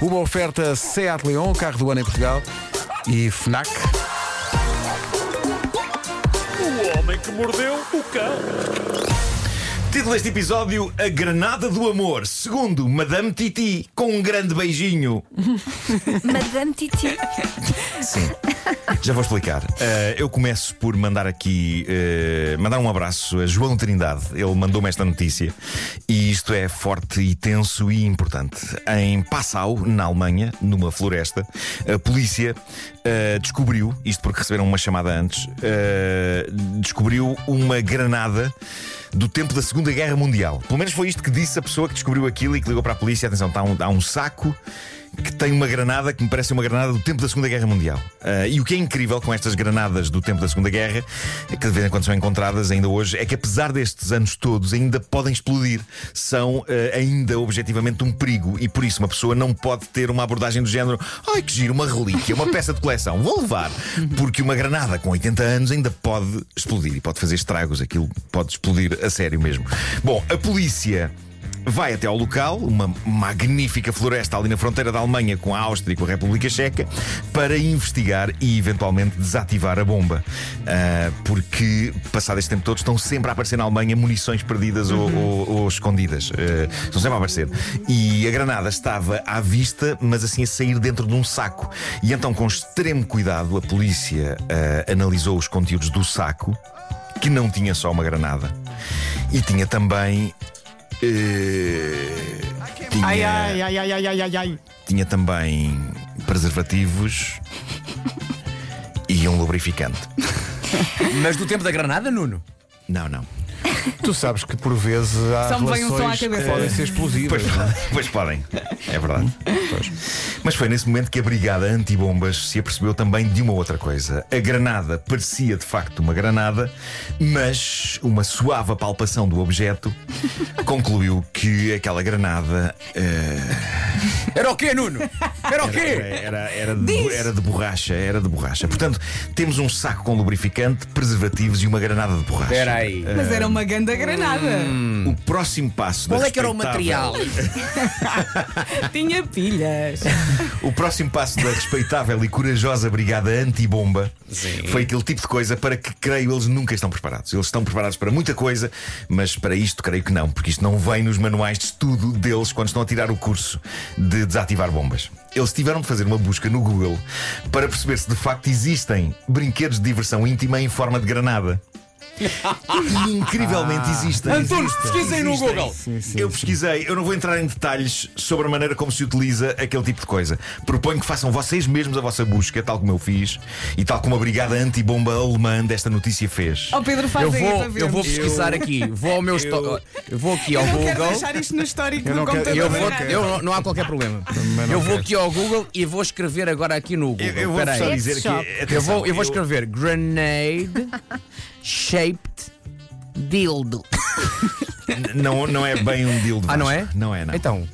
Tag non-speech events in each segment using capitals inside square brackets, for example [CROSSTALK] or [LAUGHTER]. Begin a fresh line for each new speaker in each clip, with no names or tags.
Uma oferta Seat Leon, carro do ano em Portugal. E FNAC.
O homem que mordeu o cão.
Título deste episódio: A Granada do Amor, segundo Madame Titi, com um grande beijinho.
Madame Titi.
Sim. Já vou explicar. [LAUGHS] Eh, eu começo por mandar aqui, eh, mandar um abraço a João Trindade. Ele mandou-me esta notícia e isto é forte e tenso e importante. Em Passau, na Alemanha, numa floresta, a polícia eh, descobriu, isto porque receberam uma chamada antes, eh, descobriu uma granada do tempo da Segunda Guerra Mundial. Pelo menos foi isto que disse a pessoa que descobriu aquilo e que ligou para a polícia. Atenção, está um- há um saco que tem uma granada que me parece uma granada do tempo da Segunda Guerra Mundial. Ah, e o que é incrível com estas granadas do tempo da Segunda Guerra, é que de vez em quando são encontradas ainda hoje, é que apesar destes anos todos, ainda podem explodir. São ah, ainda objetivamente um perigo. E por isso uma pessoa não pode ter uma abordagem do género: ai que giro, uma relíquia, uma peça de coleção, vou levar. Porque uma granada com 80 anos ainda pode explodir e pode fazer estragos. Aquilo pode explodir a sério mesmo. Bom, a polícia. Vai até ao local, uma magnífica floresta ali na fronteira da Alemanha com a Áustria e com a República Checa, para investigar e eventualmente desativar a bomba. Ah, porque, passado este tempo todo, estão sempre a aparecer na Alemanha munições perdidas
Uhum.
ou- ou, ou escondidas. Ah, estão sempre a aparecer. E a granada estava à vista, mas assim a sair dentro de um saco. E então, com extremo cuidado, a polícia ah, analisou os conteúdos do saco, que não tinha só uma granada, e tinha também eh, tinha,
Ai, ai, ai, ai, ai, ai, ai, ai.
tinha também preservativos e um lubrificante.
Mas do tempo da granada, Nuno?
Não, não.
Tu sabes que por vezes há
Só me vem um som à
relações que
cabeça.
podem ser
Pois,
explosivas.
pois podem, é verdade. Pois. Mas foi nesse momento que a brigada antibombas se apercebeu também de uma outra coisa. A granada parecia de facto uma granada, mas uma suave palpação
[LAUGHS]
do objeto concluiu que aquela granada eh,
Era o quê, Nuno? Era o quê?
Era, era, de, era de borracha, era de borracha. Portanto, temos um saco com lubrificante, preservativos e uma granada de borracha.
Espera aí.
Mas era uma ganda granada.
O próximo passo
Qual
da
é que era o
respeitável-
material?
Tinha [LAUGHS] pilhas.
O próximo passo da respeitável e corajosa brigada antibomba foi aquele tipo de coisa para que, creio, eles nunca estão preparados. Eles estão preparados para muita coisa, mas para isto creio que não, porque isto não vem nos manuais de estudo deles quando estão a tirar o curso de desativar bombas. Eles tiveram de fazer uma busca no Google para perceber se de facto existem brinquedos de diversão íntima em forma de granada. E incrivelmente existem.
Antunes, pesquisem no
Existem.
Google.
eu pesquisei, eu não vou entrar em detalhes sobre a maneira como se utiliza aquele tipo de coisa. Proponho que façam vocês mesmos a vossa busca, tal como eu fiz, e tal como a brigada antibomba alemã desta notícia fez.
Oh,
Ó Oh, Pedro, faz
Eu
aí
vou,
para ver.
eu vou pesquisar aqui. Vou ao meu. esto- Eu vou aqui ao
Eu quero
Google.
deixar isto no histórico
Eu
do
não quero-
computador.
Eu vou,
não.
eu não- não há qualquer problema.
não
Eu vou
quero.
aqui ao Google e vou escrever agora aqui no Google.
Eu, eu vou
Espera
só
aí.
dizer que.
Shop.
Eu
atenção,
vou, eu vou escrever
[LAUGHS]
grenade shaped dildo.
Não, não é bem um deal de
Ah, não é?
Não é, não.
Então,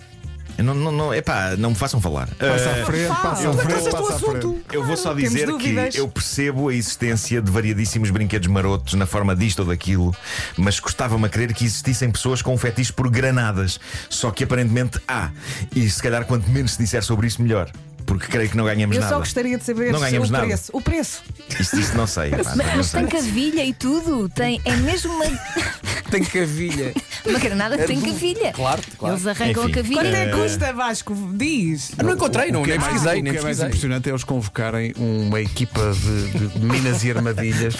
Não, não, não, epá, não me façam falar.
Passa
Ah,
à frente, passa à frente, passa à frente.
Eu vou só
Claro, temos
dizer que
dúvidas.
eu percebo a existência de variadíssimos brinquedos marotos na forma disto ou daquilo, mas custava-me a crer que existissem pessoas com um fetiche por granadas. Só que aparentemente há. E se calhar quanto menos se disser sobre isso, melhor. Porque creio que não ganhamos
Eu
nada.
só gostaria de saber
Não ganhamos
o
nada.
preço. O preço.
Isto, isto não
[LAUGHS]
sei. pá,
Mas,
não
mas
sei.
tem cavilha e tudo. Tem, é mesmo uma,
tem cavilha.
uma granada que tem cavilha.
Claro, claro.
Eles arrancam
Enfim.
a cavilha.
Quanto é que custa, Vasco? Diz.
Não encontrei, não, nem pesquisei, nem
o que é mais
pesquisei.
impressionante é eles convocarem uma equipa de, de minas e armadilhas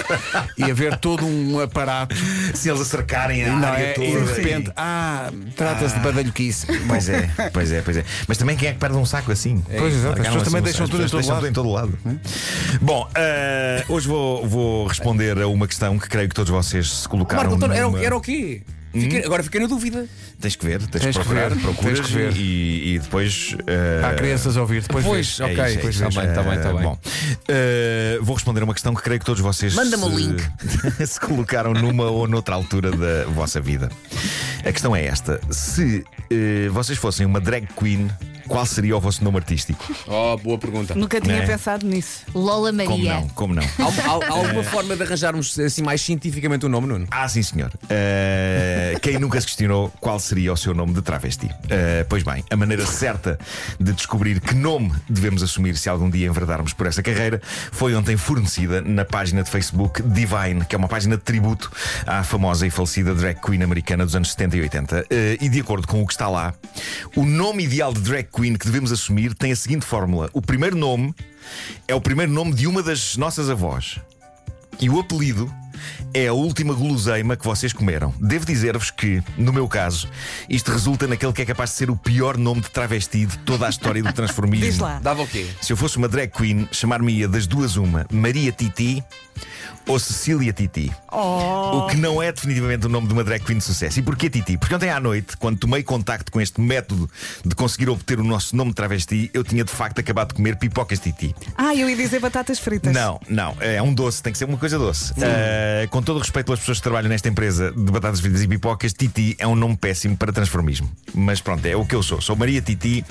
e haver todo um aparato
Se eles acercarem a
não
área
é?
toda.
e de
e-
repente, ah, trata-se de badalhoquice.
Pois é, pois é, pois é. Mas também quem é que perde um saco assim?
Pois, exato, as
Largaram
pessoas também
um
deixam
saco,
tudo em
as pessoas
todo né?
deixam tudo em todo lado. Bom, eh, hoje vou, vou responder a uma questão que creio que todos vocês se
Hum.
colocaram.
Marco
um-
António, era, o-
numa-
era o quê? Fiquei- agora fiquei na dúvida.
Tens que ver, tens,
Tens
que
que
procurar,
ver,
procuras
tens que ver.
E, e depois. eh,
Há crianças a ouvir, depois
Pois,
vês.
é
ok,
isso, é
pois
isso.
tá bem, tá bem, tá
Eh,
bem.
Bom, eh, vou responder a uma questão que creio que todos vocês
Manda-me
se-
o link.
[LAUGHS] se colocaram numa ou noutra altura da vossa vida. A questão é esta: se eh, vocês fossem uma drag queen, qual seria o vosso nome artístico?
Oh, boa pergunta.
Nunca tinha
Né?
pensado nisso.
Lola
Como
Maria.
não? Como não?
Há, há- há alguma forma de arranjarmos assim mais cientificamente o nome, Nuno?
Ah, sim, senhor. Eh, quem nunca se questionou qual seria o seu nome de travesti? Eh, pois bem, a maneira certa de descobrir que nome devemos assumir se algum dia enverdarmos por essa carreira foi ontem fornecida na página de Facebook Divine, que é uma página de tributo à famosa e falecida drag queen americana dos anos 70 e 80. Eh, e de acordo com o que está lá, o nome ideal de drag queen que devemos assumir tem a seguinte fórmula: o primeiro nome é o primeiro nome de uma das nossas avós. E o apelido é a última guloseima que vocês comeram. Devo dizer-vos que, no meu caso, isto resulta naquele que é capaz de ser o pior nome de travesti de toda a história
[LAUGHS]
do transformismo.
Diz lá.
Dava o quê?
Se eu fosse uma drag queen, chamar-me-ia das duas uma, Maria Titi ou Cecília Titi.
Oh.
O que não é definitivamente o nome de uma drag queen de sucesso. E porquê Titi? Porque ontem à noite, quando tomei contacto com este método de conseguir obter o nosso nome de travesti, eu tinha de facto acabado de comer pipocas Titi.
Ah, eu ia dizer batatas fritas.
Não, não, é um doce, tem que ser uma coisa doce. Eh, com todo o respeito pelas pessoas que trabalham nesta empresa de batatas fritas e pipocas, Titi é um nome péssimo para transformismo. Mas pronto, é o que eu sou. Sou Maria Titi.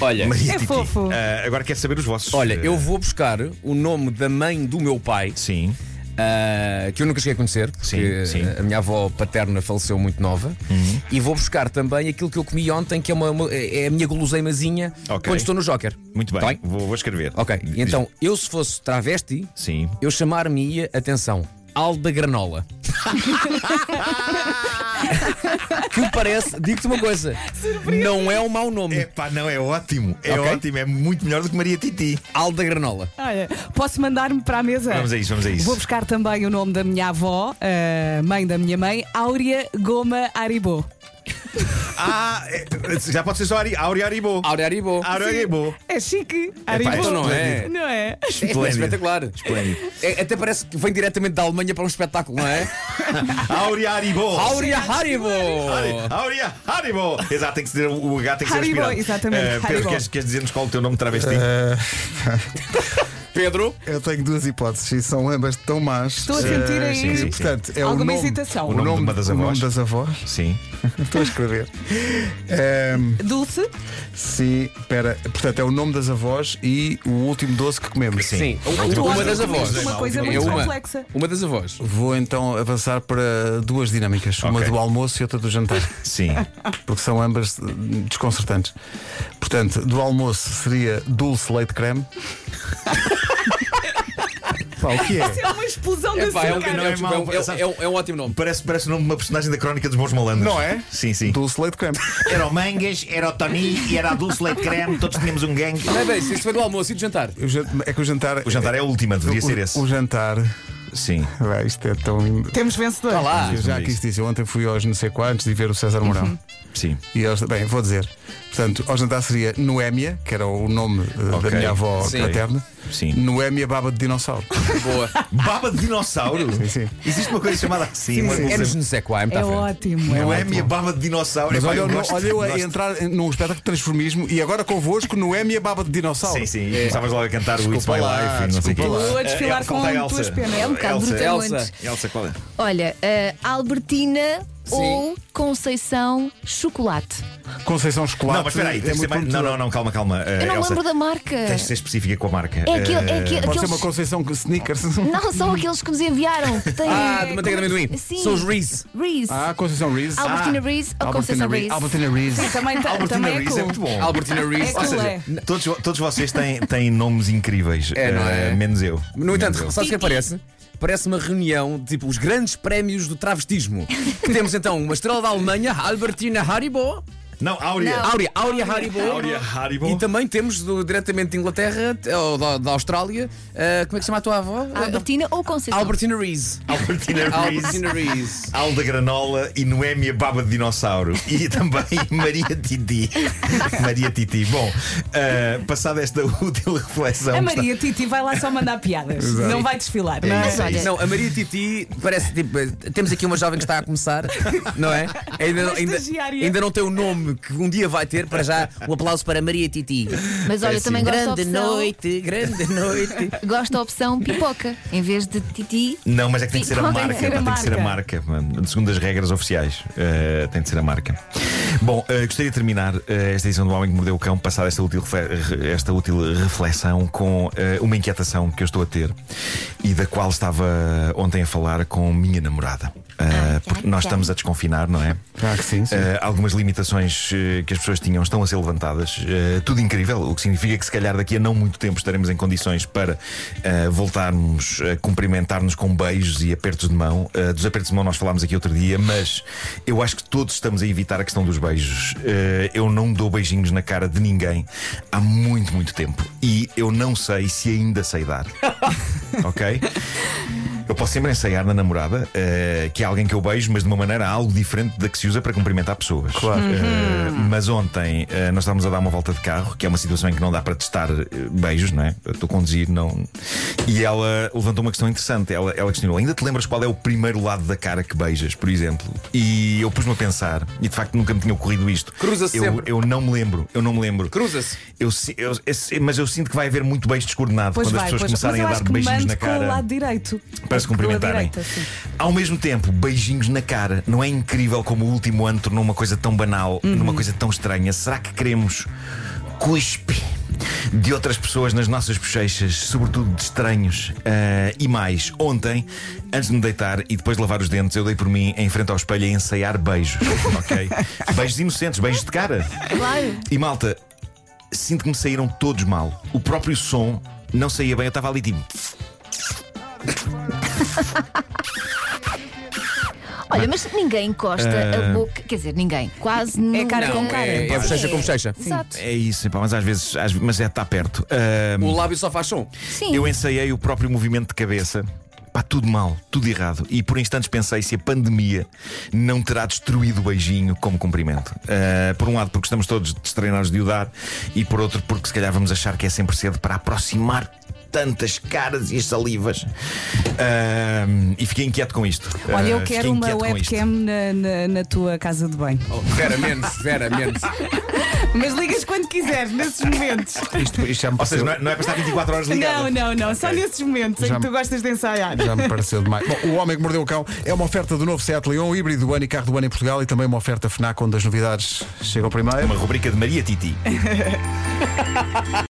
Olha,
Maria
É
Titi.
fofo.
Eh, agora quero saber os vossos.
olha,
Eh,
eu vou buscar o nome da mãe do meu pai,
Sim.
ah, que eu nunca cheguei a conhecer, porque
Sim, Uhum. sim.
ah, a minha avó paterna faleceu muito nova, e vou buscar também aquilo que eu comi ontem, que é, uma, uma- é a minha goloseimazinha
Ok.
quando estou no Joker.
Muito bem,
Tá
Vou, vou escrever.
Ok,
Diz-
então eu se fosse travesti,
Sim.
eu chamar-me-ia, atenção, Alda Granola. [LAUGHS] que parece, digo-te uma coisa, não é um mau nome.
Epá, não, é ótimo. É
Ok.
ótimo, é muito melhor do que Maria Titi.
Alda Granola.
Olha, posso mandar-me para a mesa?
Vamos a isso, vamos a isso.
Vou buscar também o nome da minha avó, a mãe da minha mãe, Áurea Goma Aribô.
Ah, é- já pode ser só Ari- Áurea Aribo.
Áurea Aribo.
Áurea Aribo.
É chique.
pá,
Aribô.
Isto não é.
Não é?
É
Esplêndido.
espetacular. É, até parece que vem diretamente da Alemanha para um espetáculo, não [LAUGHS] é?
Áurea Aribo.
Áurea Haribo!
Áurea Haribo! Exato, tem que ser o H, tem que ser
Haribo,
aspirado.
exatamente,
Eh, Pedro,
Haribo.
queres, queres dizer-nos qual o teu nome de travesti?
Eh, [LAUGHS]
Pedro?
Eu tenho duas hipóteses e são ambas tão más.
Estou a sentir
Eh,
aí.
sim, sim.
Portanto, é
Alguma
o nome,
hesitação.
O
nome
nome,
de uma das
o nome
avós.
das avós.
Sim.
Estou
[LAUGHS]
a escrever. Ahm,
Dulce?
sim, espera. Portanto, é o nome das avós e o último doce que comemos.
Sim.
Última
Uma
coisa.
das avós.
Uma coisa
É
muito
uma.
complexa.
Uma das avós.
Vou então avançar para duas dinâmicas, uma
Ok.
do almoço e outra do jantar,
Sim.
porque são ambas eh, desconcertantes. Portanto, do almoço seria dulce leite creme.
[LAUGHS]
Pá, o que é?
É uma explosão de
É, pá, é, um,
açúcar.
não,
é
é, tipo,
mau,
é um-
parece-
é um- é um ótimo nome.
Parece, parece o nome de uma personagem da crónica dos bons malandros.
Não é?
Sim, sim.
Dulce leite creme.
Era o Mangas, era o Tony e era a Dulce Leite Creme, todos tínhamos um gangue.
Não é bem, se isso foi do almoço e do jantar.
O jan- É que o jantar.
O jantar é a última, deveria ser
o-
esse.
O jantar.
Sim.
Ah, isto é tão.
Temos vencedor.
Tá
Está Tá lá.
Eu
um
já aqui se disse, eu ontem fui aos não sei quantos e ver o César Mourão.
Uhum. Sim.
E eles, bem, vou dizer. Portanto, ao jantar seria Noémia, que era o nome eh,
Ok.
da minha avó
Sim.
paterna.
Sim.
Noémia Baba de Dinossauro.
Boa.
Baba de dinossauro?
Sim, sim.
Existe uma coisa chamada assim, uma
É
coisa.
nos Nesequaim, está
É
a ver.
ótimo.
Tá Não é a minha baba de dinossauro.
[LAUGHS] Mas
Epá,
olha,
eu
eu, não-
gosto-
olha eu a
gosto.
entrar num espetáculo de transformismo e agora convosco Noémia Baba de Dinossauro.
Sim, sim. E começavas logo a cantar o It's
Desculpa
My
lá,
Life e não sei o quê.
desculpa
Tu a
Eh,
desfilar
eh,
com
falta a
as tuas
Elsa.
penas.
É um bocado
Elsa,
brutamontes.
Elsa, qual é?
Olha, eh, Albertina
Sim.
ou Conceição Chocolate.
Conceição Chocolate. é
Não, mas espera aí, tens de ser
muito
mais... Não, não, não, calma, calma. eh,
Eu não
Elsa,
lembro da marca.
Tens de ser específica com a marca.
É aquele- é
Eh,
aquele-
Pode ser
Aqueles-
uma Conceição que- Sneakers.
Não, são aqueles que nos enviaram. que têm-
Ah,
É
de manteiga de amendoim.
Sim.
São os Reese.
Reese.
Ah, Conceição Reese.
Ah.
Albertina Reese ou
Albertina
Conceição
Reese.
Reese? [LAUGHS]
Albertina Reese.
Também, tá-
Albertina
também é
Reese
cool.
é muito bom.
Albertina Reese.
É
Ou
que
seja,
é.
n-
Todos, todos vocês têm, têm nomes incríveis.
É, não
eh,
é?
menos eu.
no entanto,
Menos eu.
sabes o que aparece? Parece uma reunião, de, tipo, os grandes prémios do
[LAUGHS]
travestismo. Que temos então uma estrela da Alemanha, Albertina Haribo.
Não, Áurea.
Áurea, Áurea Haribo.
Áurea Haribo.
E também temos do- diretamente de Inglaterra t- ou da, da Austrália. ah, como é que se chama a tua avó?
Albertina ou Conceição?
Albertina Reese.
Albertina Reese.
Albertina Reese.
Alda Granola e Noémia Baba de Dinossauro. E [LAUGHS] também Maria Titi. Maria Titi. Bom, eh, passada esta [LAUGHS] útil reflexão.
A
que está-
Maria Titi vai lá só mandar piadas. Não vai desfilar.
Mas
isso, é
olha,
Não, a Maria Titi parece tipo. eh, Temos aqui uma jovem que está a começar, não é? Ainda,
Uma
ainda,
estagiária.
ainda não tem o nome que um dia vai ter. Para já, um aplauso para Maria Titi.
mas olha, também gosto da
Grande
opção.
noite, grande noite.
Gosto da opção pipoca. Em vez de titi,
Não, mas é que tem que ser a
Tem
marca.
que ser
a
pá, Tem que ser a marca, mano. segundo as regras oficiais. eh, tem de ser a marca. Bom, eh, gostaria de terminar eh, esta edição do Homem que Mordeu o Cão, passada esta útil, refe- esta útil reflexão, com eh, uma inquietação que eu estou a ter e da qual estava ontem a falar com minha namorada. Eh, porque nós estamos a desconfinar, não é?
Ah, que sim, sim.
Eh, algumas limitações eh, que as pessoas tinham estão a ser levantadas. Eh, tudo incrível, o que significa que se calhar daqui a não muito tempo estaremos em condições para eh, voltarmos a cumprimentar-nos com beijos e apertos de mão. Eh, dos apertos de mão nós falámos aqui outro dia, mas eu acho que todos estamos a evitar a questão dos beijos. Eh, eu não dou beijinhos na cara de ninguém há muito, muito tempo e eu não sei se ainda sei dar. [LAUGHS] ok? Eu posso sempre ensaiar na namorada, eh, que é alguém que eu beijo, mas de uma maneira algo diferente da que se usa para cumprimentar pessoas. Claro.
Uhum.
mas ontem eh, nós estávamos a dar uma volta de carro, que é uma situação em que não dá para testar eh, beijos, não é? Eu Estou a conduzir, não. E ela levantou uma questão interessante. Ela, ela questionou: ainda te lembras qual é o primeiro lado da cara que beijas, por exemplo? E eu pus-me a pensar, e de facto nunca me tinha ocorrido isto.
Cruza-se
eu,
sempre.
eu não me lembro, eu não me lembro.
Cruza-se.
Eu si- eu- esse- mas eu sinto que vai haver muito beijo descoordenado
Pois
quando
vai,
as pessoas
pois.
começarem
Mas eu
a
acho
dar
que
beijinhos
mando
na cara.
Com o lado direito.
Para se
Com a
cumprimentarem.
direita, sim.
Ao mesmo tempo, beijinhos na cara. Não é incrível como o último ano tornou uma coisa tão banal,
Uhum.
numa coisa tão estranha? Será que queremos cuspe de outras pessoas nas nossas bochechas, sobretudo de estranhos? Ah, e mais, ontem, antes de me deitar e depois de lavar os dentes, eu dei por mim em frente ao espelho a ensaiar
[LAUGHS]
beijos. ok? Beijos inocentes, beijos de cara.
Claro.
E malta, sinto que me saíram todos mal. O próprio som não saía bem, eu estava ali tipo.
Olha, mas ninguém encosta a boca. Quer dizer, ninguém. Quase
É
nunca.
cara com cara.
É, é bochecha com bochecha.
Exato.
É isso, epá, mas às vezes, às- mas é, está perto. Ah,
O lábio só faz som.
Sim.
eu ensaiei o próprio movimento de cabeça. Pá, tudo mal, tudo errado. E por instantes pensei se a pandemia não terá destruído o beijinho como cumprimento. Ah, por um lado, porque estamos todos destreinados de o dar, e por outro, porque se calhar vamos achar que é sempre cedo para aproximar tantas caras e as salivas. Ah, e fiquei inquieto com isto.
Olha, eu
Ah, fiquei
quero uma
inquieto com isto.
webcam na, na- na tua casa de banho.
Oh, Vera menos, Vera menos.
Mas ligas quando quiseres, nesses momentos.
[LAUGHS]
Isto, isto já, me
Ou seja,
pareceu,
não é, não é para estar 24 horas ligado.
Não, não, não. Só nesses momentos em
Já
que tu
me-
gostas de ensaiar.
já me pareceu demais. Bom, o Homem que Mordeu o Cão é uma oferta do novo Seat Leon, híbrido do ano e carro do ano em Portugal e também uma
É
oferta FNAC onde as novidades chegam primeiro.
Uma rubrica de Maria Titi.